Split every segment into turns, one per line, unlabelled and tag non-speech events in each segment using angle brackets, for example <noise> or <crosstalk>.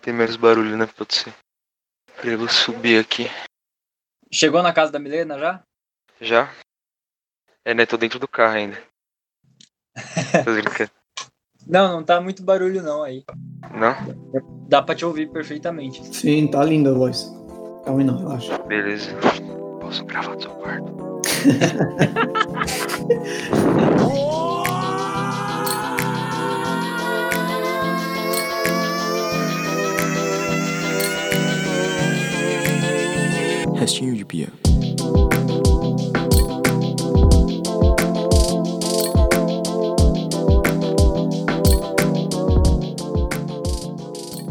Primeiros barulhos, né? Pode ser. Pra eu subir aqui.
Chegou na casa da Milena já?
Já? É, né? Tô dentro do carro ainda. Tô brincando.
Não, não tá muito barulho não aí.
Não?
Dá pra te ouvir perfeitamente.
Sim, tá linda a voz. Tá Calma aí, não, relaxa.
Beleza. Posso gravar do seu quarto?
Restinho de pia.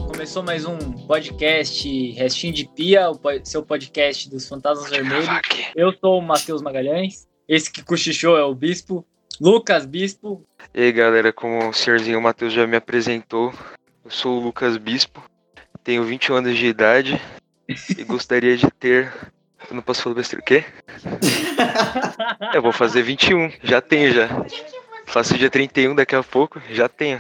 Começou mais um podcast Restinho de Pia, o po- seu podcast dos Fantasmas Vermelhos.
Gravar aqui.
Eu sou o Matheus Magalhães. Esse que cochichou é o Bispo. Lucas Bispo.
E aí, galera, como o senhorzinho Matheus já me apresentou, eu sou o Lucas Bispo, tenho 21 anos de idade e gostaria de ter. Eu não posso falar besteira. O quê? Eu vou fazer 21, já tenho já. Faço dia 31 daqui a pouco, já tenho.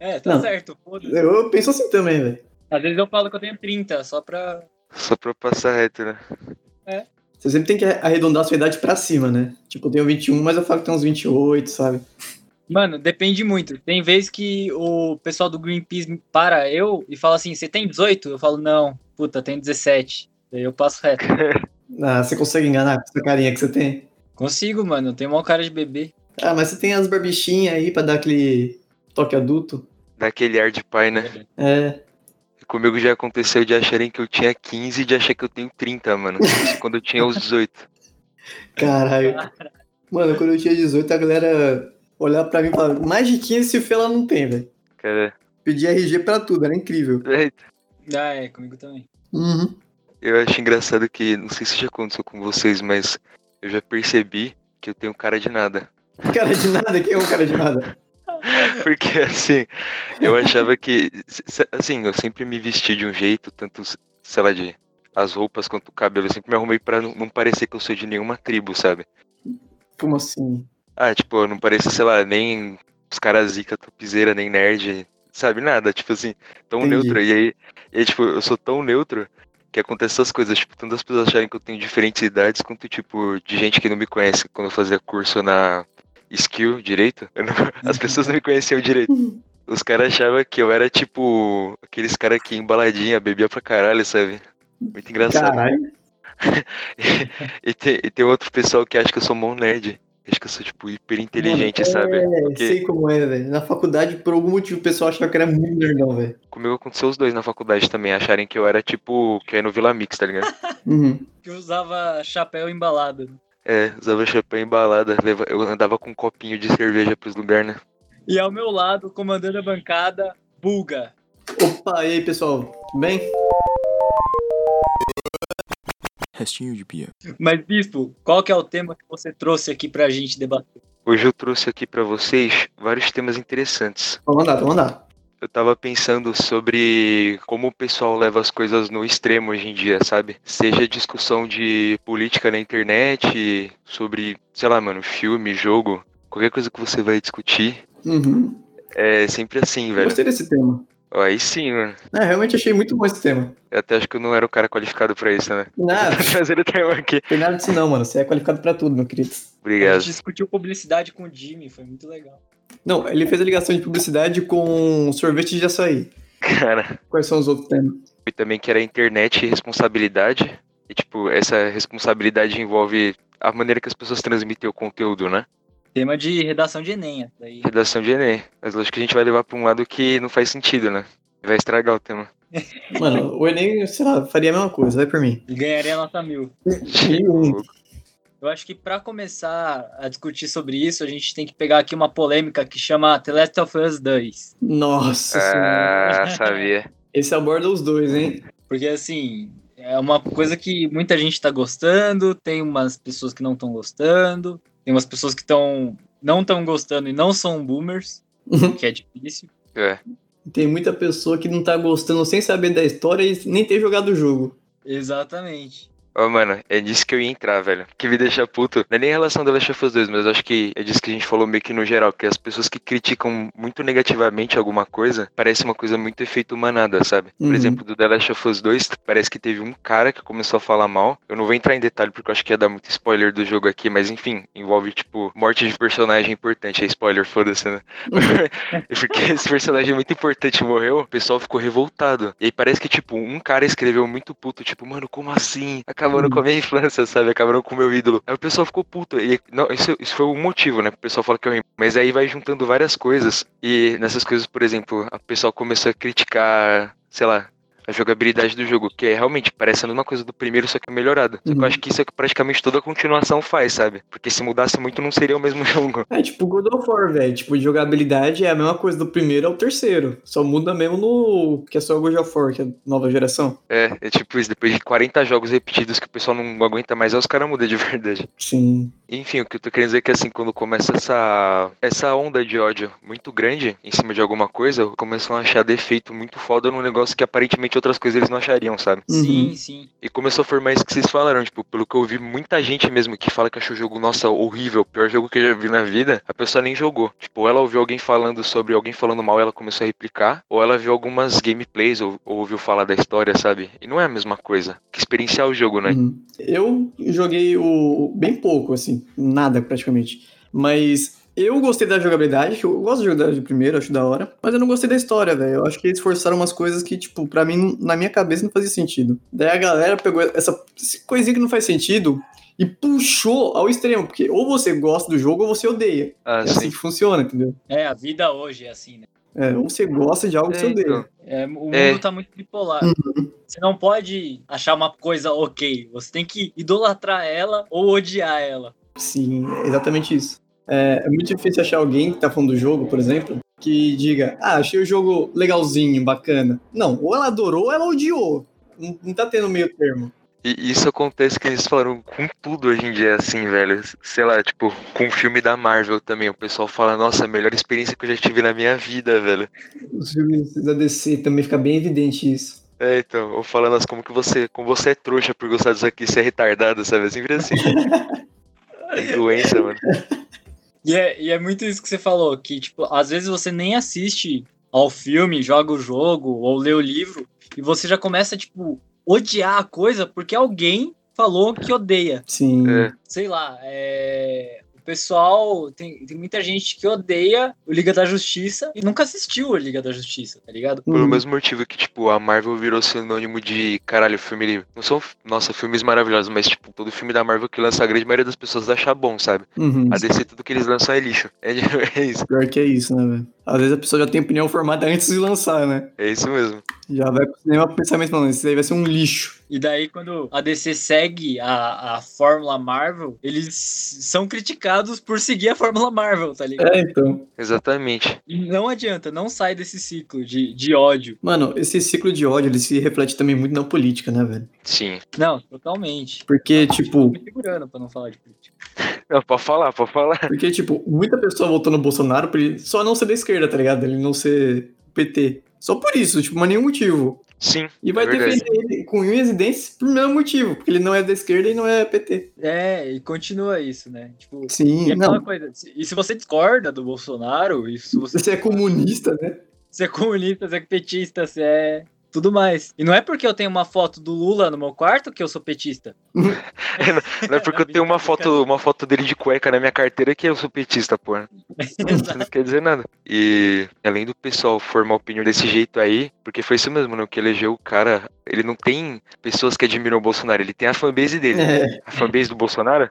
É, tá
Não.
certo. foda-se.
Eu penso assim também, velho.
Às vezes eu falo que eu tenho 30, só pra.
Só pra eu passar reto, né?
Você sempre tem que arredondar a sua idade pra cima, né? Tipo, eu tenho 21, mas eu falo que tem uns 28, sabe?
Mano, depende muito. Tem vez que o pessoal do Greenpeace me para eu e fala assim: você tem 18? Eu falo, não, puta, tem 17. Daí eu passo reto.
Ah, você consegue enganar com essa carinha que você tem?
Consigo, mano. Eu tenho maior cara de bebê.
Ah, mas você tem as barbichinhas aí pra dar aquele toque adulto.
Daquele ar de pai, né?
É.
Comigo já aconteceu de acharem que eu tinha 15 e de achar que eu tenho 30, mano. Isso quando eu tinha os 18.
Caralho. Mano, quando eu tinha 18, a galera olhava pra mim e falava, mais de 15 se o Fê ela não tem, velho.
Cara,
Pedia RG pra tudo, era incrível.
é,
Ah, é, comigo também.
Uhum.
eu acho engraçado que, não sei se já aconteceu com vocês, mas eu já percebi que eu tenho cara de nada. <laughs>
Cara de nada, quem é um cara de nada?
Porque, assim, eu achava que, se- se- assim, eu sempre me vesti de um jeito, tanto, sei lá, de as roupas quanto o cabelo. Eu sempre me arrumei pra não- não parecer que eu sou de nenhuma tribo, sabe?
Como assim?
Ah, tipo, eu não pareço, sei lá, nem os caras zica, topzeira, nem nerd, sabe? Nada, tipo assim, tão
Entendi.
neutro. E aí, e aí, tipo, eu sou tão neutro que acontece essas coisas, tipo, tanto as pessoas acharem que eu tenho diferentes idades, quanto, tipo, de gente que não me conhece. Quando eu fazia curso na Skill direito, <laughs> eu não- as pessoas não me conheciam direito.
Uhum.
Os caras achavam que eu era, tipo, aqueles caras que embaladinha, bebia pra caralho, sabe? Muito engraçado.
Caralho.
E tem, e tem outro pessoal que acha que eu sou mó nerd. Acho que eu sou, tipo, hiper inteligente, sabe?
É,
Porque-
sei como é, velho. Na faculdade, por algum motivo, o pessoal achava que era muito nerdão, velho.
Comigo aconteceu os dois na faculdade também, acharem que eu era tipo, que eu ia no Vila Mix, tá ligado?
Uhum.
Que eu usava chapéu embalado.
É, usava chapéu embalada, leva- eu andava com um copinho de cerveja pros lugares, né?
E ao meu lado, comandando a bancada, Bulga.
Opa, e aí, pessoal? Tudo bem?
Restinho de pia.
Mas, Bispo, qual que é o tema que você trouxe aqui pra gente debater?
Hoje eu trouxe aqui pra vocês vários temas interessantes.
Vamos andar, vamos andar.
Eu tava pensando sobre como o pessoal leva as coisas no extremo hoje em dia, sabe? Seja discussão de política na internet, sobre, sei lá, mano, filme, jogo, qualquer coisa que você vai discutir,
Uhum.
é sempre assim, velho.
Gostei desse tema.
Ó, Aí sim, mano.
É, realmente achei muito bom esse tema.
Eu até acho que eu não era o cara qualificado pra isso, né?
Nada,
<laughs> Trazer o tema um aqui.
tem nada disso não, mano. Você é qualificado pra tudo, meu querido.
A
Obrigado.
gente discutiu publicidade com o Jimmy, foi muito legal.
Não, ele fez a ligação de publicidade com sorvete de açaí.
<laughs> Cara,
Quais são os outros temas?
e também que era internet e responsabilidade. E, tipo, essa responsabilidade envolve a maneira que as pessoas transmitem o conteúdo, né?
Tema de redação de Enem, essa daí.
Redação de Enem. Mas lógico que a gente vai levar pra um lado que não faz sentido, né? Vai estragar o tema.
Mano, o Enem, sei lá, faria a mesma coisa, vai por mim.
E ganharia nota mil.
Nenhum.
Eu acho que pra começar a discutir sobre isso, a gente tem que pegar aqui uma polêmica que chama The Last of Us 2.
Nossa
<laughs>
senhora.
Ah, <laughs> sabia.
Esse aborda os dois, hein?
Porque, assim, é uma coisa que muita gente tá gostando, tem umas pessoas que não estão gostando, tem umas pessoas que estão não estão gostando e não são boomers, que é difícil.
É.
Tem muita pessoa que não tá gostando sem saber da história e nem ter jogado o jogo.
Exatamente.
Ó, mano, é nisso que eu ia entrar, velho. Que me deixa puto. Não é nem em relação da Last of Us 2, mas eu acho que é disso que a gente falou meio que no geral, que as pessoas que criticam muito negativamente alguma coisa, parece uma coisa muito efeito manada, sabe?
Uhum.
Por exemplo, do The Last of Us 2, parece que teve um cara que começou a falar mal. Eu não vou entrar em detalhe porque eu acho que ia dar muito spoiler do jogo aqui, mas enfim, envolve, tipo, morte de personagem importante. É spoiler, foda-se, né? <laughs> Porque esse personagem é muito importante morreu, o pessoal ficou revoltado. E aí parece que, tipo, um cara escreveu muito puto, tipo, mano, como assim? Acabaram com a minha infância, sabe? Acabaram com o meu ídolo. Aí o pessoal ficou puto. E não, isso, isso foi o motivo, né? O pessoal fala que eu ri. Mas aí vai juntando várias coisas. E nessas coisas, por exemplo, a pessoa começou a criticar, sei lá. A jogabilidade do jogo, que é realmente parece a mesma coisa do primeiro, só que melhorada. Só que
Uhum.
eu acho que isso é que praticamente toda a continuação faz, sabe? Porque se mudasse muito, não seria o mesmo <laughs> jogo.
É tipo God of War, velho. Tipo, de jogabilidade é a mesma coisa do primeiro ao terceiro. Só muda mesmo no. que é só God of War, que é nova geração.
É, é tipo isso, depois de 40 jogos repetidos que o pessoal não aguenta mais, aí os caras mudam de <laughs> verdade.
Sim.
Enfim, o que eu tô querendo dizer é que assim, quando começa essa, essa onda de ódio muito grande em cima de alguma coisa, começam a achar defeito muito foda num negócio que aparentemente outras coisas eles não achariam, sabe?
Uhum.
Sim, sim.
E começou a formar isso que vocês falaram, tipo, pelo que eu vi, muita gente mesmo que fala que achou o jogo, nossa, horrível, pior jogo que eu já vi na vida, a pessoa nem jogou. Tipo, ela ouviu alguém falando sobre alguém falando mal, ela começou a replicar, ou ela viu algumas gameplays, ou, ou ouviu falar da história, sabe? E não é a mesma coisa que experienciar o jogo, né?
Uhum. Eu joguei o bem pouco, assim, nada praticamente. Mas eu gostei da jogabilidade, eu gosto da jogabilidade do primeiro, acho da hora. Mas eu não gostei da história, velho. Eu acho que eles forçaram umas coisas que, tipo, pra mim, na minha cabeça não fazia sentido. Daí a galera pegou essa essa coisinha que não faz sentido e puxou ao extremo. Porque ou você gosta do jogo ou você odeia.
Ah,
É assim
sim.
que funciona, entendeu?
É, a vida hoje é assim, né?
É, ou você gosta de algo que você
É,
odeia.
então.
É, o mundo
É.
tá muito bipolar. Você não pode achar uma coisa ok. Você tem que idolatrar ela ou odiar ela.
Sim, é exatamente isso. É, é muito difícil achar alguém que tá falando do jogo, por exemplo, que diga, ah, achei o jogo legalzinho, bacana. Não, ou ela adorou ou ela odiou. Não, não tá tendo meio termo.
E isso acontece que eles falaram com tudo hoje em dia, assim, velho. Sei lá, tipo, com o filme da Marvel também. O pessoal fala, nossa, a melhor experiência que eu já tive na minha vida, velho.
Os filmes da DC também fica bem evidente isso.
É, então, ou falando assim, como que você, como você é trouxa por gostar disso aqui, você é retardado, sabe? Sempre assim. É doença, mano.
E é, e é muito isso que você falou, que, tipo, às vezes você nem assiste ao filme, joga o jogo ou lê o livro, e você já começa, tipo, odiar a coisa porque alguém falou que odeia.
Sim.
É.
Sei lá, é, o pessoal, tem, tem muita gente que odeia o Liga da Justiça e nunca assistiu a Liga da Justiça, tá ligado?
Pelo
Hum,
mesmo motivo que, tipo, a Marvel virou sinônimo de caralho, filme. Não são, nossa, filmes maravilhosos, mas, tipo, todo filme da Marvel que lança a grande maioria das pessoas acha bom, sabe?
uhum.
A DC, tudo que eles lançam é lixo. É, <laughs> é isso,
Pior que é isso, né, velho? Às vezes a pessoa já tem opinião formada antes de lançar, né?
é isso mesmo.
Já vai pro cinema com o pensamento falando, isso aí vai ser um lixo.
E daí, quando a DC segue a, a Fórmula Marvel, eles são criticados por seguir a Fórmula Marvel, tá ligado?
É, então.
Exatamente.
E não adianta, não sai desse ciclo de, de ódio.
Mano, esse ciclo de ódio, ele se reflete também muito na política, né, velho?
Sim.
Não, totalmente.
Porque,
Tô
tipo,
me segurando pra não falar de política.
Não, pode falar, pode falar.
porque, tipo, muita pessoa votou no Bolsonaro por ele só não ser da esquerda, tá ligado? Ele não ser PT. Só por isso, tipo, mas nenhum motivo.
Sim.
E vai
É verdade.
defender ele com unhas e dentes por mesmo motivo, porque ele não é da esquerda e não é PT.
É, e continua isso, né? Tipo, e
Sim,
é aquela
não.
coisa. se- E se você discorda do Bolsonaro, e se você,
Você é comunista, né?
você é comunista, você é petista, você é tudo mais. E não é porque eu tenho uma foto do Lula no meu quarto que eu sou petista.
Não é porque eu tenho uma foto, uma foto dele de cueca na minha carteira que eu sou petista, pô. Isso não quer dizer nada. E além do pessoal formar opinião desse jeito aí, porque foi isso mesmo, né? O que elegeu o cara, ele não tem pessoas que admiram o Bolsonaro, ele tem a fanbase dele.
É,
A fanbase do Bolsonaro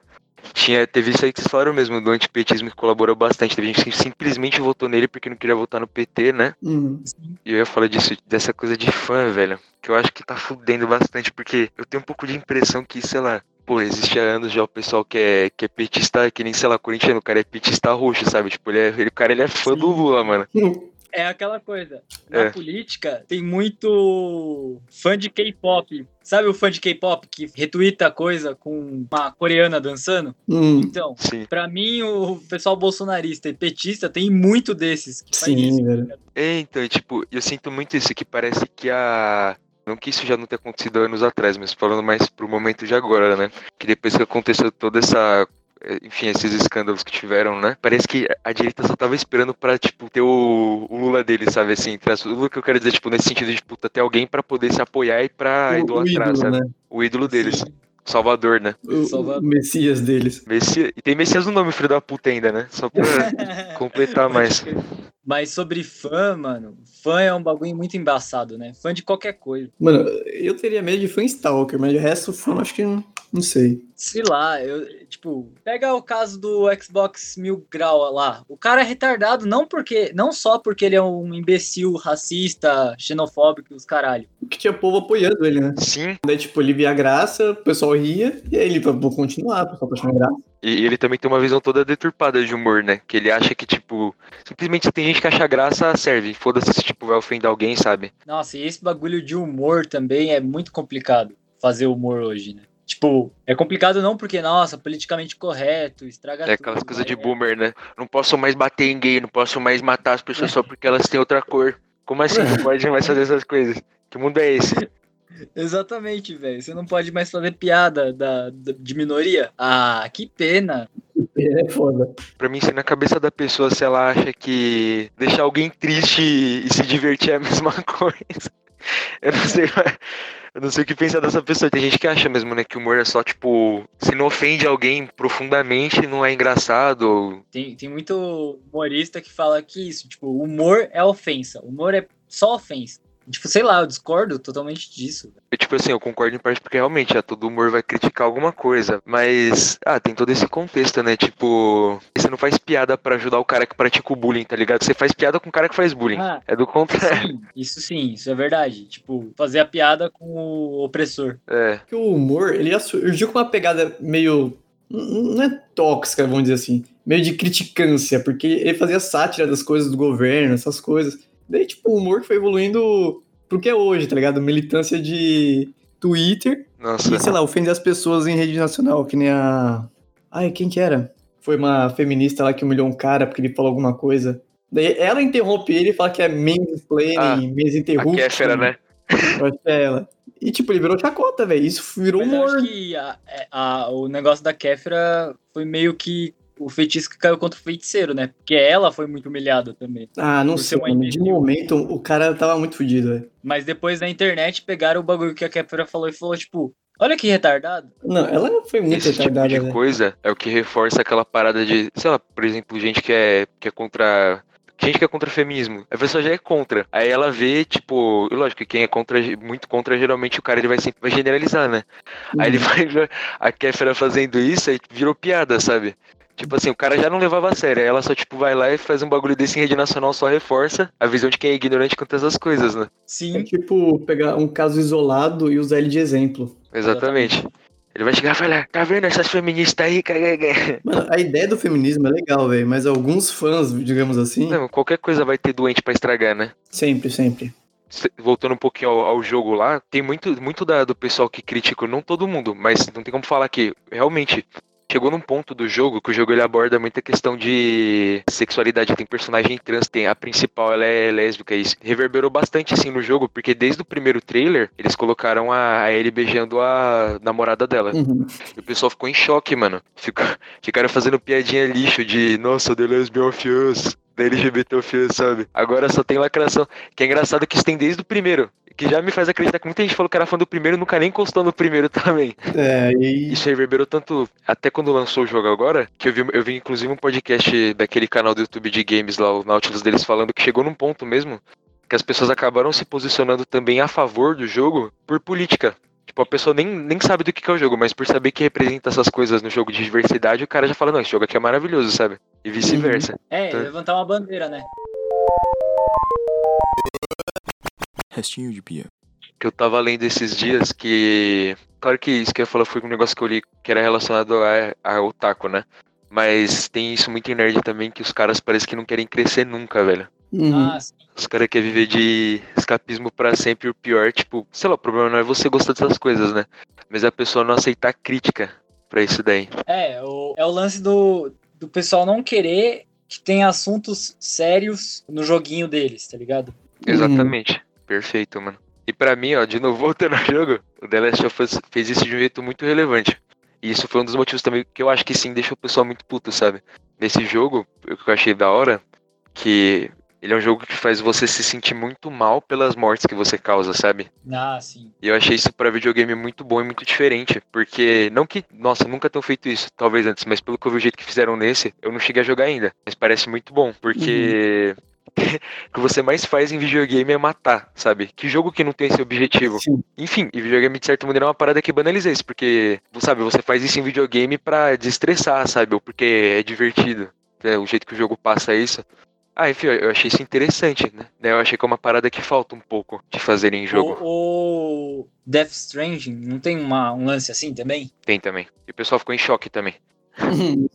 tinha, teve isso aí que vocês falaram mesmo, do antipetismo que colaborou bastante. Teve gente que simplesmente votou nele porque não queria votar no PT, né?
hum,
E eu ia falar disso, dessa coisa de fã, velho. Que eu acho que tá fudendo bastante, porque eu tenho um pouco de impressão que, sei lá, pô, existe há anos já o pessoal que é, que é petista, que nem, sei lá, corintiano, o cara é petista roxo, sabe? Tipo, ele é, ele- o cara ele é fã do Lula, mano.
hum.
É aquela coisa. Na
É.
política tem muito fã de K-pop. Sabe o fã de K-pop que retuita coisa com uma coreana dançando?
hum.
Então,
Sim.
pra mim, o pessoal bolsonarista e petista tem muito desses. que faz isso.
Sim, velho.
É, então, e, tipo, eu sinto muito isso, que parece que a. Não que isso já não tenha acontecido anos atrás, mas falando mais pro momento de agora, né? Que depois que aconteceu toda essa. eh, Enfim, esses escândalos que tiveram, né? Parece que a direita só tava esperando pra, tipo, ter o, o Lula dele, sabe? Assim, entre as- o Lula que eu quero dizer, tipo, nesse sentido de, tipo, ter alguém pra poder se apoiar e pra
o, o
idolatrar,
ídolo,
sabe?
né?
O ídolo deles. Salvador, né?
O, o
Salvador.
Messias deles.
Messi... E tem Messias no nome, filho da puta, ainda, né? Só
<laughs>
pra completar mais.
<laughs>
é.
Mas sobre fã, mano, fã é um bagulho muito embaçado, né? Fã de qualquer coisa.
Mano, eu teria medo de fã Stalker, mas de resto, fã, acho que não, não sei.
Sei lá, eu, tipo, pega o caso do Xbox Mil Grau lá. O cara é retardado não porque, não só porque ele é um imbecil, racista, xenofóbico, os caralho.
Que tinha povo apoiando ele, né?
Sim,
Daí, tipo, ele via a graça, o pessoal ria, e aí ele, pô, vou continuar, o pessoal tá achando graça.
E ele também tem uma visão toda deturpada de humor, né? Que ele acha que, tipo, simplesmente tem gente que acha graça, serve. Foda-se se, tipo, vai ofender alguém, sabe?
Nossa, e esse bagulho de humor também é muito complicado fazer humor hoje, né? Tipo, é complicado não porque, nossa, politicamente correto, estraga
É aquelas
tudo,
coisas de
aí é-
boomer, né? Não posso mais bater em gay, não posso mais matar as pessoas só porque elas têm outra cor. Como assim? Não pode mais fazer essas coisas? Que mundo é esse?
Exatamente, velho. Você não pode mais fazer piada da, da- de minoria. Ah, que pena.
<laughs> É foda.
Pra mim, se na cabeça da pessoa, se ela acha que deixar alguém triste e se divertir é a <laughs> mesma coisa. Eu não sei, eu não sei o que pensar dessa pessoa. Tem gente que acha mesmo, né, que o humor é só, tipo, se não ofende alguém profundamente, não é engraçado. ou-
Tem, tem muito humorista que fala que isso, tipo, humor é ofensa. Humor é só ofensa. Tipo, sei lá, eu discordo totalmente disso.
Eu, tipo assim, eu concordo em parte porque realmente, ah, todo humor vai criticar alguma coisa. Mas, ah, tem todo esse contexto, né? Tipo, você não faz piada pra ajudar o cara que pratica o bullying, tá ligado? Você faz piada com o cara que faz bullying.
Ah,
É do contrário.
sim, isso sim, isso é verdade. Tipo, fazer a piada com o opressor.
É.
Porque o humor, ele já surgiu com uma pegada meio. n- Não é tóxica, vamos dizer assim. Meio de criticância, porque ele fazia sátira das coisas do governo, essas coisas. Daí, tipo, o humor foi evoluindo pro que é hoje, tá ligado? Militância de Twitter
Nossa.
e, sei lá, ofender as pessoas em rede nacional, que nem a. Ai, quem que era? Foi uma feminista lá que humilhou um cara porque ele falou alguma coisa. Daí ela interrompe ele e fala que é mansplaining,
Ah,
mansinterruption.
Aqui é fera, né?
Eu acho que é ela. E, tipo, ele virou chacota, velho. Isso virou um
Mas eu
humor.
acho que a- é, a- o negócio da Kéfera foi meio que o feitiço que caiu contra o feiticeiro, né? Porque ela foi muito humilhada também.
Ah, não
Por
sei,
ser uma
mano. De
imbecil.
momento, o cara tava muito fudido, velho.
Mas depois na internet pegaram o bagulho que a Kéfera falou e falou, tipo, olha que retardado.
Não, ela foi muito
Esse tipo
retardada,
de
velho.
coisa é o que reforça aquela parada de, sei lá, por exemplo, gente que é, que é contra. Gente que é contra feminismo. A pessoa já é contra. Aí ela vê, tipo, e lógico, que quem é contra, muito contra, geralmente o cara ele vai sempre vai generalizar, né? Aí
Uhum.
ele vai ver a Kéfera fazendo isso aí virou piada, sabe? Tipo assim, o cara já não levava a sério. Aí ela só, tipo, vai lá e faz um bagulho desse em rede nacional, só reforça a visão de quem é ignorante quanto a essas coisas, né?
É
Sim.
tipo pegar um caso isolado e usar ele de exemplo.
Exatamente. Ele vai chegar e falar, tá vendo essas feministas aí? <laughs>
Mano, a ideia do feminismo é legal, velho. Mas alguns fãs, digamos assim,
Não, qualquer coisa vai ter doente pra estragar, né?
sempre, sempre.
se- voltando um pouquinho ao, ao jogo lá, tem muito, muito da- do pessoal que critica, não todo mundo, mas não tem como falar que realmente chegou num ponto do jogo que o jogo ele aborda muita questão de sexualidade. Tem personagem trans, tem a principal, ela é lésbica e isso reverberou bastante assim no jogo, porque desde o primeiro trailer eles colocaram a, a Ellie beijando a namorada dela.
Uhum.
E o pessoal ficou em choque, mano. Fica, <laughs> ficaram fazendo piadinha lixo de nossa, The Lesbian of Us, da LGBT of Us, sabe? Agora só tem lacração. Que é engraçado que isso tem desde o primeiro. Que já me faz acreditar que muita gente falou que era fã do primeiro e nunca nem encostou no primeiro <laughs> também.
É, e
Isso reverberou tanto até quando lançou o jogo agora, que eu vi, eu vi inclusive um podcast daquele canal do YouTube de games lá, o Nautilus deles, falando que chegou num ponto mesmo que as pessoas acabaram se posicionando também a favor do jogo por política. Tipo, a pessoa nem, nem sabe do que que é o jogo, mas por saber que representa essas coisas no jogo de diversidade, o cara já fala, não, esse jogo aqui é maravilhoso, sabe? E vice-versa.
É,
Tá.
levantar uma bandeira, né?
Restinho de pia.
que eu tava lendo esses dias que. Claro que isso que eu ia falar foi um negócio que eu li que era relacionado a, a otaku, né? Mas tem isso muito em nerd também, que os caras parece que não querem crescer nunca, velho.
uhum.
Ah, sim.
Os caras querem viver de escapismo pra sempre e o pior, tipo, sei lá, o problema não é você gostar dessas coisas, né? Mas é a pessoa não aceitar crítica pra isso daí.
É, o, é o lance do, do pessoal não querer que tenha assuntos sérios no joguinho deles, tá ligado?
Exatamente. Perfeito, mano. E pra mim, ó, de novo <laughs> voltando ao jogo, o The Last of Us fez isso de um jeito muito relevante. E isso foi um dos motivos também que eu acho que sim deixou o pessoal muito puto, sabe? Nesse jogo, o que eu achei da hora, que ele é um jogo que faz você se sentir muito mal pelas mortes que você causa, sabe?
Ah, sim.
E eu achei isso pra videogame muito bom e muito diferente. Porque, não que, nossa, nunca tenham feito isso, talvez antes, mas pelo que eu vi o jeito que fizeram nesse, eu não cheguei a jogar ainda. Mas parece muito bom, porque. <laughs> o que você mais faz em videogame é matar, sabe? Que jogo que não tem esse objetivo?
Tipo, Sim.
Enfim, e videogame de certa maneira é uma parada que banaliza isso, porque, sabe, você faz isso em videogame pra desestressar, sabe? Ou porque é divertido. né? O jeito que o jogo passa isso. Ah, enfim, eu achei isso interessante, né? Né, Eu achei que é uma parada que falta um pouco de fazer em jogo.
O, o Death Stranding não tem uma, um lance assim também?
Tem também. E o pessoal ficou em choque também.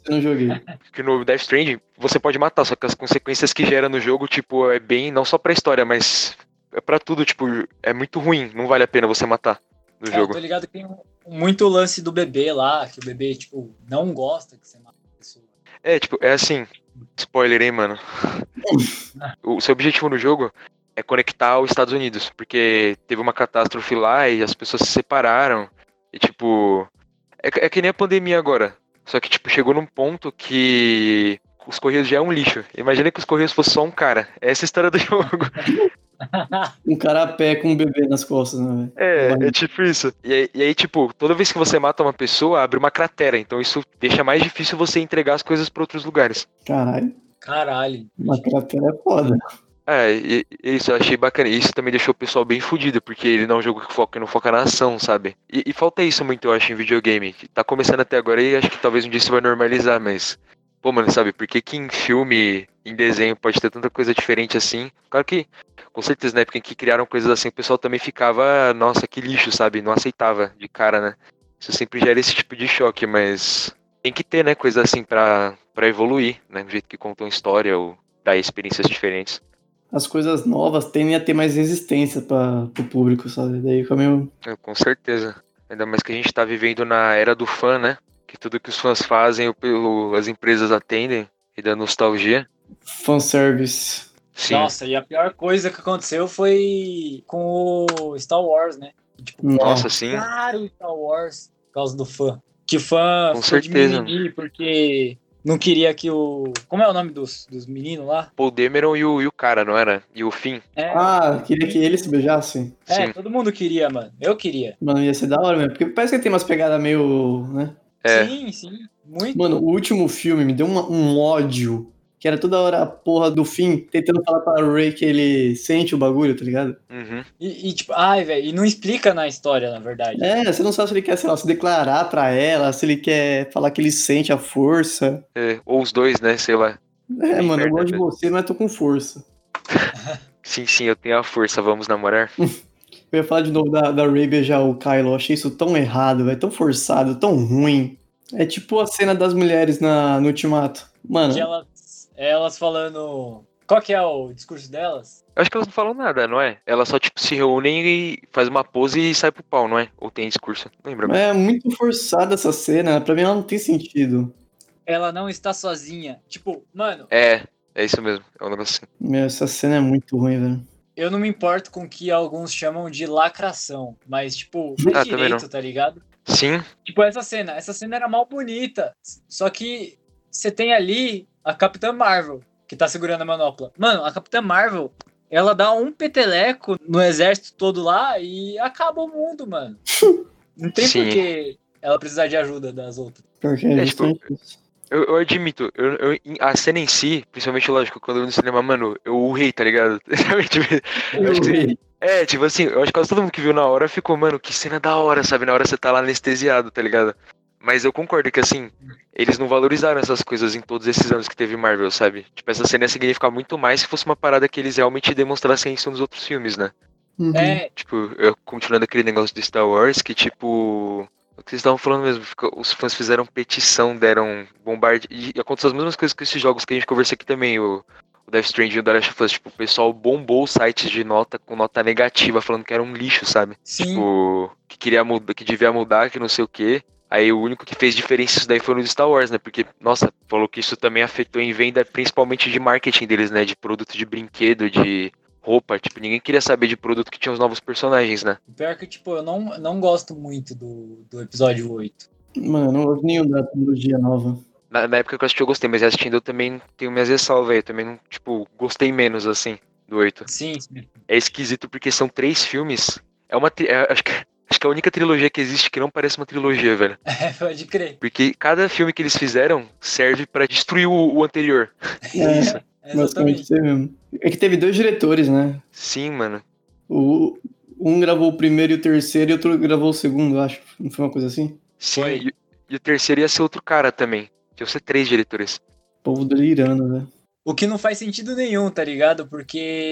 eu não joguei.
Porque no Death Stranding você pode matar, só que as consequências que gera no jogo, tipo, é bem, não só pra história, mas é pra tudo, tipo, é muito ruim, não vale a pena você matar no
É, eu
jogo.
tô ligado que tem um- muito lance do bebê lá, que o bebê, tipo, não gosta que você mata a pessoa.
É, tipo, é assim. Spoiler, hein, mano. o seu objetivo no jogo é conectar os Estados Unidos, porque teve uma catástrofe lá e as pessoas se separaram. E, tipo. É, que- é que nem a pandemia agora. Só que, tipo, chegou num ponto que os Correios já é um lixo. Imagina que os Correios fosse só um cara. Essa é a história do <laughs> jogo.
Um cara a pé com um bebê nas costas, né, velho?
É, é tipo isso. E aí, e aí, tipo, toda vez que você mata uma pessoa, abre uma cratera. Então isso deixa mais difícil você entregar as coisas pra outros lugares.
Caralho,
Caralho.
uma cratera é foda.
É, e- e isso eu achei bacana. E Isso também deixou o pessoal bem fudido, porque ele não é um jogo que foca, não foca na ação, sabe? E, e falta isso muito, eu acho, em videogame. Que Tá começando até agora e acho que talvez um dia isso vai normalizar, mas. Pô, mano, sabe, por que, que em filme, em desenho, pode ter tanta coisa diferente assim? Claro que, com certeza, na época em que criaram coisas assim, o pessoal também ficava, nossa, que lixo, sabe? Não aceitava de cara, né? Isso sempre gera esse tipo de choque, mas tem que ter, né, coisa assim pra, pra evoluir, né? Do jeito que contam história ou dar experiências diferentes.
As coisas novas tendem a ter mais resistência pra, pro público, sabe? Daí fica meio.
É, Com certeza. Ainda mais que a gente tá vivendo na era do fã, né? Que tudo que os fãs fazem, o- o- as empresas atendem e da nostalgia.
fanservice.
Sim.
Nossa, e a pior coisa que aconteceu foi com o Star Wars, né? Tipo,
Nossa, sim.
claro, Star Wars por causa do fã. Que fã
Com
ficou
certeza.
de mimimi porque não queria que o... Como é o nome dos, dos meninos lá?
Paul Demeron e o, e o cara, não era? E o Finn.
É,
Ah, queria que ele se beijasse?
é,
Sim.
todo mundo queria, mano. Eu queria.
Mano, ia ser da hora mesmo. Porque parece que tem umas pegadas meio. né?
É.
Sim, sim. Muito.
Mano, o último filme me deu uma- um ódio. Que era toda hora a porra do fim tentando falar pra Ray que ele sente o bagulho, tá ligado?
Uhum.
E, e, tipo, ai, velho, e não explica na história, na verdade.
É, você não sabe se ele quer, sei lá, se declarar pra ela, se ele quer falar que ele sente a força.
É, Ou os dois, né? Sei lá. Sim,
É, mano, eu gosto de
verdade.
você, mas tô com força.
Sim, sim, eu tenho a força, vamos namorar.
Eu ia falar de novo da, da Ray beijar o Kylo. Eu achei isso tão errado, velho. Tão forçado, tão ruim. É tipo a cena das mulheres na, no Ultimato. Mano,
Que elas, elas falando. Qual que é o discurso delas?
Eu acho que elas não falam nada, não é? Elas só, tipo, se reúnem e faz uma pose e sai pro pau, não é? Ou tem discurso. Não lembro.
É muito forçada essa cena. Pra mim ela não tem sentido.
Ela não está sozinha. Tipo, mano,
É, é isso mesmo. É um negócio assim.
Meu, essa cena é muito ruim, velho.
eu não me importo com o que alguns chamam de lacração. Mas, tipo, é
Ah, também
direito,
não.
tá ligado?
Sim,
Tipo, essa cena. Essa cena era mal bonita. Só que você tem ali a Capitã Marvel, que tá segurando a manopla. Mano, a Capitã Marvel, ela dá um peteleco no exército todo lá e acaba o
<laughs>
mundo, mano. Não tem
Sim.
por que ela precisar de ajuda das outras.
Pior que é,
É,
justamente isso.
Eu, eu admito, eu, eu- a cena em si, principalmente, lógico, quando eu vi no cinema, mano, eu urrei, tá ligado? <laughs> Tipo,
Eu
acho que-
vi.
é, tipo assim, eu acho que quase todo mundo que viu na hora ficou, mano, que cena da hora, sabe? Na hora você tá lá anestesiado, tá ligado? Mas eu concordo que, assim, eles não valorizaram essas coisas em todos esses anos que teve Marvel, sabe? Tipo, essa cena ia significar muito mais se fosse uma parada que eles realmente demonstrassem isso nos outros filmes, né?
Uhum.
É,
Tipo, eu, continuando aquele negócio do Star Wars, que tipo. O que vocês estavam falando mesmo, fica- os fãs fizeram petição, deram bombarde. E aconteceu as mesmas coisas que esses jogos que a gente conversou aqui também, o, o Death Stranding e o The Last of Us. Tipo, o pessoal bombou os sites de nota com nota negativa, falando que era um lixo, sabe?
sim.
Tipo, que queria mudar, que devia mudar, que não sei o quê. Aí o único que fez diferença isso daí foi no Star Wars, né? Porque, nossa, falou que isso também afetou em venda, principalmente de marketing deles, né? De produto de brinquedo, de roupa. Tipo, ninguém queria saber de produto que tinha os novos personagens, né?
Pior que, tipo, eu não, não gosto muito do, do episódio 8.
Mano, eu não gosto nenhum da trilogia nova.
Na, na época que eu assisti, eu gostei, mas assistindo eu também tenho minhas ressalvas aí. Eu também, não, tipo, gostei menos, assim, do 8.
Sim, sim.
É esquisito porque são três filmes. É uma. tri- é- acho, que, acho que é a única trilogia que existe que não parece uma trilogia, velho.
<laughs> É, pode crer.
Porque cada filme que eles fizeram serve pra destruir o, o anterior.
É, basicamente
Exatamente.
isso aí mesmo. É que teve dois diretores, né?
Sim, mano.
O, um gravou o primeiro e o terceiro, e outro gravou o segundo, acho. Não foi uma coisa assim?
Sim.
Foi.
E, e o terceiro ia ser outro cara também. Ia ser três diretores.
O povo delirando, né?
O que não faz sentido nenhum, tá ligado?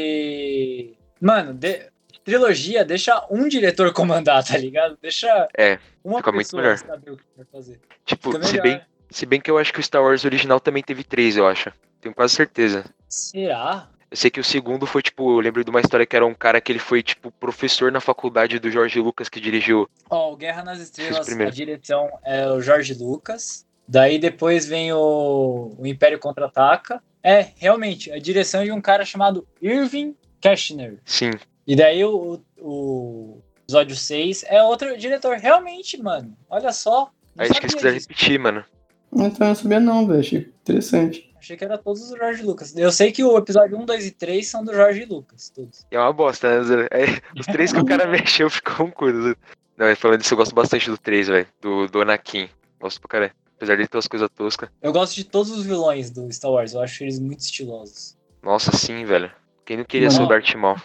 Porque. Mano, de- trilogia deixa um diretor comandar, tá ligado? Deixa
É,
uma
fica muito
pessoa
melhor.
saber o que vai fazer.
Tipo,
Fica melhor.
se bem, se bem que eu acho que o Star Wars original também teve três, eu acho. Tenho quase certeza.
Será?
Eu sei que o segundo foi, tipo, eu lembro de uma história que era um cara que ele foi, tipo, professor na faculdade do Jorge Lucas que dirigiu.
Ó, o Guerra nas
Fiz
Estrelas, a
primeiro.
direção é o Jorge Lucas. Daí depois vem o, o Império Contra-Ataca. É, realmente, a direção é de um cara chamado Irving Kashner.
Sim.
E daí o, o episódio 6 é outro diretor. Realmente, mano, olha só. Não
Aí acho É que eles
sabia
quiseram
disso.
repetir, mano.
Então eu não sabia não, velho. Achei interessante.
Achei que era todos do Jorge Lucas. Eu sei que o episódio 1, 2 e 3 são do Jorge Lucas, todos.
E é uma bosta, né? Zé? É, os três que o <laughs> cara mexeu ficou um coisa. Não, mas falando disso, eu gosto bastante do três, velho. Do, do Anakin. Gosto pra caralho. Apesar dele ter umas coisas toscas.
Eu gosto de todos os vilões do Star Wars, eu acho eles muito estilosos.
Nossa, sim, velho. Quem não queria
Mano.
ser o Darth Maul?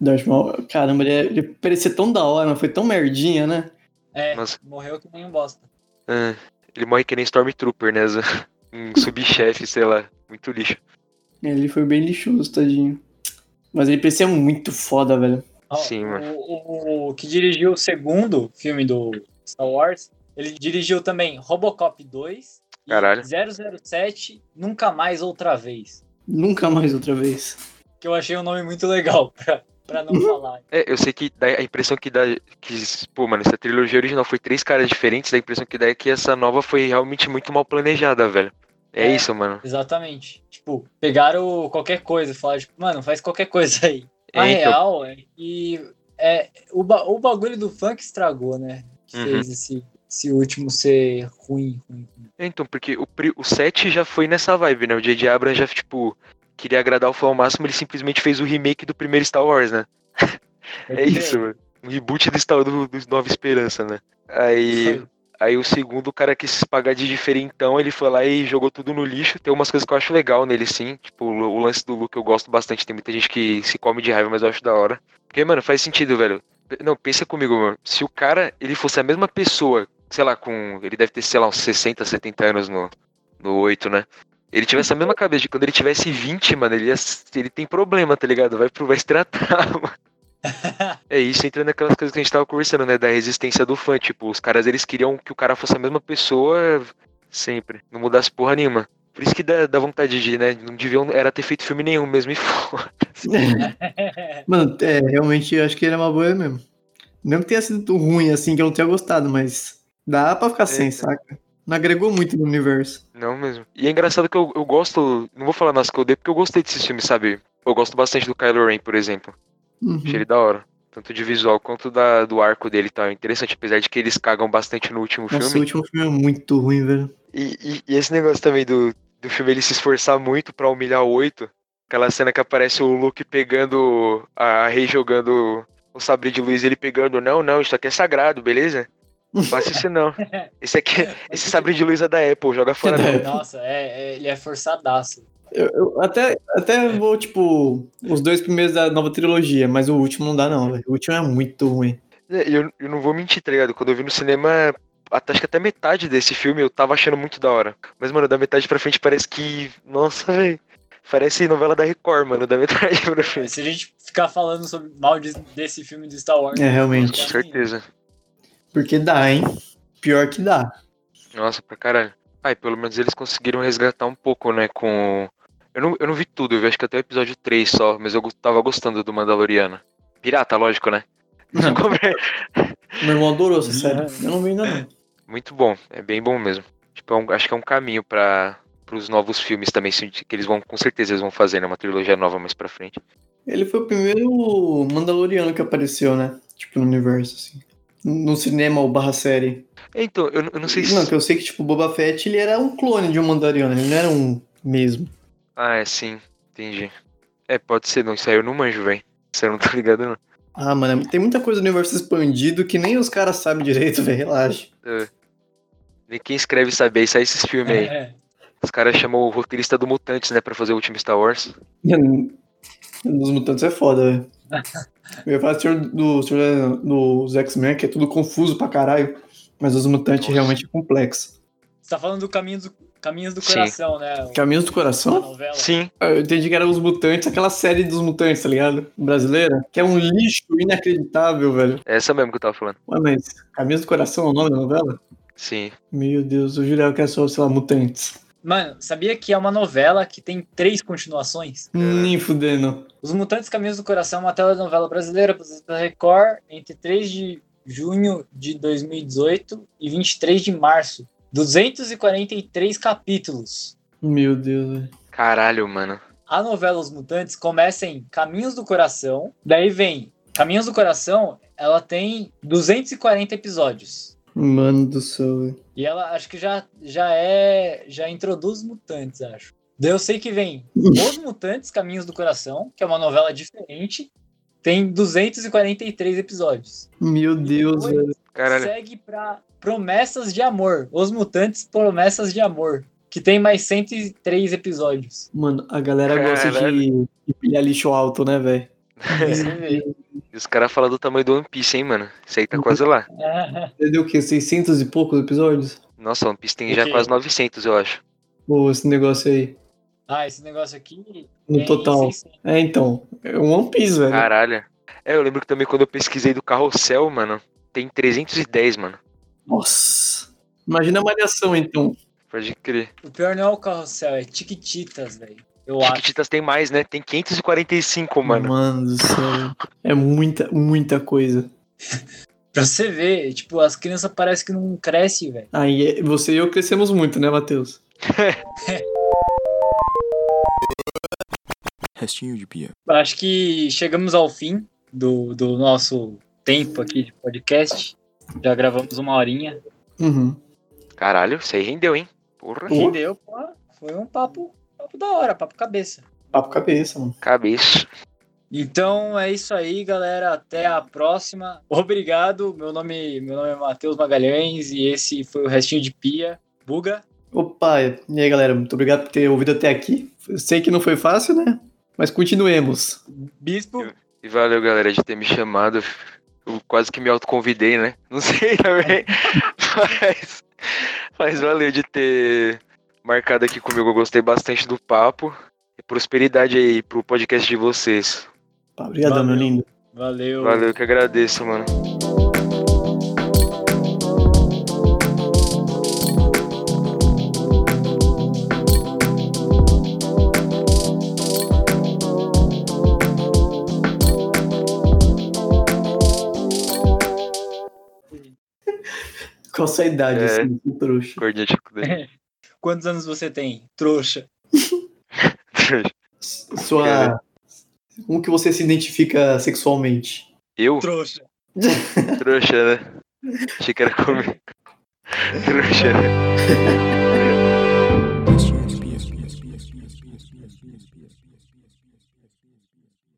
Darth Maul, caramba, ele, é- ele parecia tão da hora, mas foi tão merdinha, né?
É,
Nossa.
morreu que nem um bosta.
Ah, ele morre que nem Stormtrooper, né? Zé? <laughs> Um subchefe, sei lá. Muito lixo.
Ele foi bem lixoso, tadinho. Mas ele parecia muito foda, velho.
Ó,
Sim, mano.
O, o- o que dirigiu o segundo filme do Star Wars, ele dirigiu também Robocop 2
Caralho.
e 007 Nunca Mais Outra Vez.
Nunca mais outra vez.
Que eu achei um nome muito legal <laughs> pra,
<laughs>
pra não falar.
É, eu sei que dá a impressão que dá. Que, pô, mano, essa trilogia original foi três caras diferentes, dá a impressão que dá é que essa nova foi realmente muito mal planejada, velho. É,
É.
isso, mano.
Exatamente. Tipo, pegaram qualquer coisa e falaram, tipo, mano, faz qualquer coisa aí. A
<laughs> É, então,
real é que é, o, ba- o bagulho do funk estragou, né? Que
Uhum.
fez esse, esse último ser ruim, ruim.
é, então, porque o, pri- o 7 já foi nessa vibe, né? O J.J. Abrams já, tipo, queria agradar o fã ao máximo, ele simplesmente fez o remake do primeiro Star Wars, né? É isso, mano. Um reboot do Star do, do Nova Esperança, né? Aí, aí o segundo, o cara quis se pagar de diferentão, ele foi lá e jogou tudo no lixo. Tem umas coisas que eu acho legal nele, sim. Tipo, o o lance do Luke eu gosto bastante. Tem muita gente que se come de raiva, mas eu acho da hora. Porque, mano, faz sentido, velho. P- Não, pensa comigo, mano. Se o cara, ele fosse a mesma pessoa, sei lá, com... Ele deve ter, sei lá, uns 60, 70 anos no, no 8, né? Ele tivesse a mesma cabeça de quando ele tivesse 20, mano, ele, ia, s- ele tem problema, tá ligado? Vai, pro, vai se tratar, <laughs> mano. É isso, entrando naquelas coisas que a gente tava conversando, né? Da resistência do fã. Tipo, os caras eles queriam que o cara fosse a mesma pessoa sempre. Não mudasse porra nenhuma. Por isso que dá, dá vontade de, né? Não deviam era ter feito filme nenhum mesmo e foda. <laughs>
Mano, é, realmente eu acho que ele é uma boa mesmo. Mesmo que tenha sido ruim, assim, que eu não tenha gostado, mas dá pra ficar sem,
É.
saca? Não agregou muito no universo.
Não mesmo. E é engraçado que eu, eu gosto. Não vou falar nas que eu odeio, porque eu gostei desses filmes, sabe? Eu gosto bastante do Kylo Ren, por exemplo.
Uhum.
Achei ele da hora. Tanto de visual quanto da, do arco dele e tal. É interessante, apesar de que eles cagam bastante no último
Nossa, o
filme.
último filme é muito ruim, velho.
E, e- e esse negócio também do, do filme ele se esforçar muito pra humilhar o oito. Aquela cena que aparece o Luke pegando a Rei jogando o sabre de luz, ele pegando, não, não, isso aqui é sagrado, beleza? Não faça isso não. Esse aqui, esse sabre de luz é da Apple, joga fora.
É da
não."
Apple.
Nossa, é, é- ele é forçadaço.
Eu, eu até, até vou, tipo, os dois primeiros da nova trilogia, mas o último não dá, não, velho. O último é muito ruim.
É, e Eu, eu não vou mentir, tá ligado? Quando eu vi no cinema, até, acho que até metade desse filme eu tava achando muito da hora. Mas, mano, da metade pra frente parece que. Nossa, velho. Parece novela da Record, mano, da metade pra frente.
Se a gente ficar falando sobre mal de- desse filme do Star Wars. né?
É, realmente.
Com certeza.
Porque dá, hein? Pior que dá.
Nossa, pra caralho. Ai, pelo menos eles conseguiram resgatar um pouco, né, com... Eu não, eu não vi tudo, eu vi acho que até o episódio 3 só, mas eu go- tava gostando do Mandaloriano. Pirata, lógico, né?
Meu irmão adorou essa série. Eu não vi ainda, não.
Muito bom, é bem bom mesmo. Tipo, é um- acho que é um caminho para os novos filmes também, se- que eles vão, com certeza eles vão fazer, né, uma trilogia nova mais pra frente.
Ele foi o primeiro Mandaloriano que apareceu, né? Tipo, no universo, assim. No cinema ou barra série.
Então, eu, eu não sei se.
Não, que eu sei que, tipo, o Boba Fett, ele era um clone de um Mandaloriano, ele não era um mesmo.
Ah, é sim, entendi. É, pode ser, não. Isso aí eu não manjo, velho. Isso aí eu não tô <laughs> ligado, não.
Ah, mano, tem muita coisa no universo expandido que nem os caras sabem direito, <laughs> velho, relaxa.
É. Nem quem escreve sabe aí, sai esses filmes aí.
É.
Os caras chamou o roteirista do Mutantes, né, pra fazer o último Star Wars.
Dos mutantes é foda, velho. Eu ia falar do Senhor- do, Senhor- dos X-Men, que é tudo confuso pra caralho. Mas os mutantes
Nossa.
realmente é complexo.
Você tá falando do caminho do, Caminhos do
Sim.
Coração, né? O-
Caminhos é do
A
Coração?
novela.
Sim,
Ah, Eu entendi que era os mutantes, aquela série dos mutantes, tá ligado? Brasileira. Que é um lixo inacreditável, velho.
é essa mesmo que eu tava falando.
Ué, mas Caminhos do Coração é o nome da novela?
Sim.
Meu Deus, eu jurava que era só, sei lá, mutantes.
Mano, sabia que é uma novela que tem três continuações?
Nem fudendo.
Os Mutantes Caminhos do Coração é uma telenovela brasileira produzida pela Record entre 3 de junho de 2018 e 23 de março. 243 capítulos.
Meu Deus, velho.
Caralho, mano.
A novela Os Mutantes começa em Caminhos do Coração, daí vem Caminhos do Coração, ela tem 240 episódios.
Mano do céu, velho.
E ela acho que já, já é. Já introduz os mutantes, acho. Daí eu sei que vem Os Mutantes Caminhos do Coração, que é uma novela diferente, tem 243 episódios.
Meu Deus,
Oi.
velho.
Caralho.
Segue pra Promessas de Amor. Os Mutantes Promessas de Amor. Que tem mais 103 episódios. <laughs>
Mano, a galera gosta de, de pilhar lixo alto, né, velho?
Você vê.
E os caras falam do tamanho do One Piece, hein, mano. Isso aí tá quase lá.
Você deu o quê? 600 e poucos episódios?
Nossa, One Piece tem
O
já
quê?
quase 900, eu acho.
Ou esse negócio aí,
Ah, esse negócio aqui.
no
tem
total.
600.
É, então. É um One Piece, velho.
Caralho. É, eu lembro que também quando eu pesquisei do Carrossel, mano, tem 310, mano.
Nossa. Imagina a malhação, então.
Pode crer.
O pior não é o carrossel, é Tiquititas, velho. Eu acho.
Chiquititas tem mais, né? Tem 545, mano.
do céu. velho. É muita, muita coisa.
Pra você ver, tipo, as crianças parecem que não crescem, velho.
Aí é- você e eu crescemos muito, né, Matheus?
Restinho de pia.
Acho que chegamos ao fim do, do nosso tempo aqui de podcast. Já gravamos uma horinha.
Uhum.
Caralho, isso aí rendeu, hein? Porra.
Pô.
Rendeu, pô. Foi um papo, papo da hora, papo cabeça.
Papo cabeça, mano.
Cabeça.
Então é isso aí, galera. Até a próxima. Obrigado. Meu nome, meu nome é Matheus Magalhães e esse foi o Restinho de Pia. Buga.
Opa, e aí, galera? Muito obrigado por ter ouvido até aqui. Eu sei que não foi fácil, né? Mas continuemos.
Bispo.
E valeu, galera, de ter me chamado. Eu quase que me autoconvidei, né? <laughs> Não sei também. mas, mas valeu de ter marcado aqui comigo. Eu gostei bastante do papo. E prosperidade aí pro podcast de vocês.
Pá, Obrigadão, meu
Valeu.
lindo.
Valeu.
Valeu, que agradeço, mano.
Qual a sua idade,
É.
assim, seu trouxa?
Gordinha de cuidado.
Quantos anos você tem? Trouxa.
Sua. Como que você se identifica sexualmente?
<laughs> Eu?
Trouxa.
<laughs> Trouxa, né? Achei que era comigo. Trouxa, né?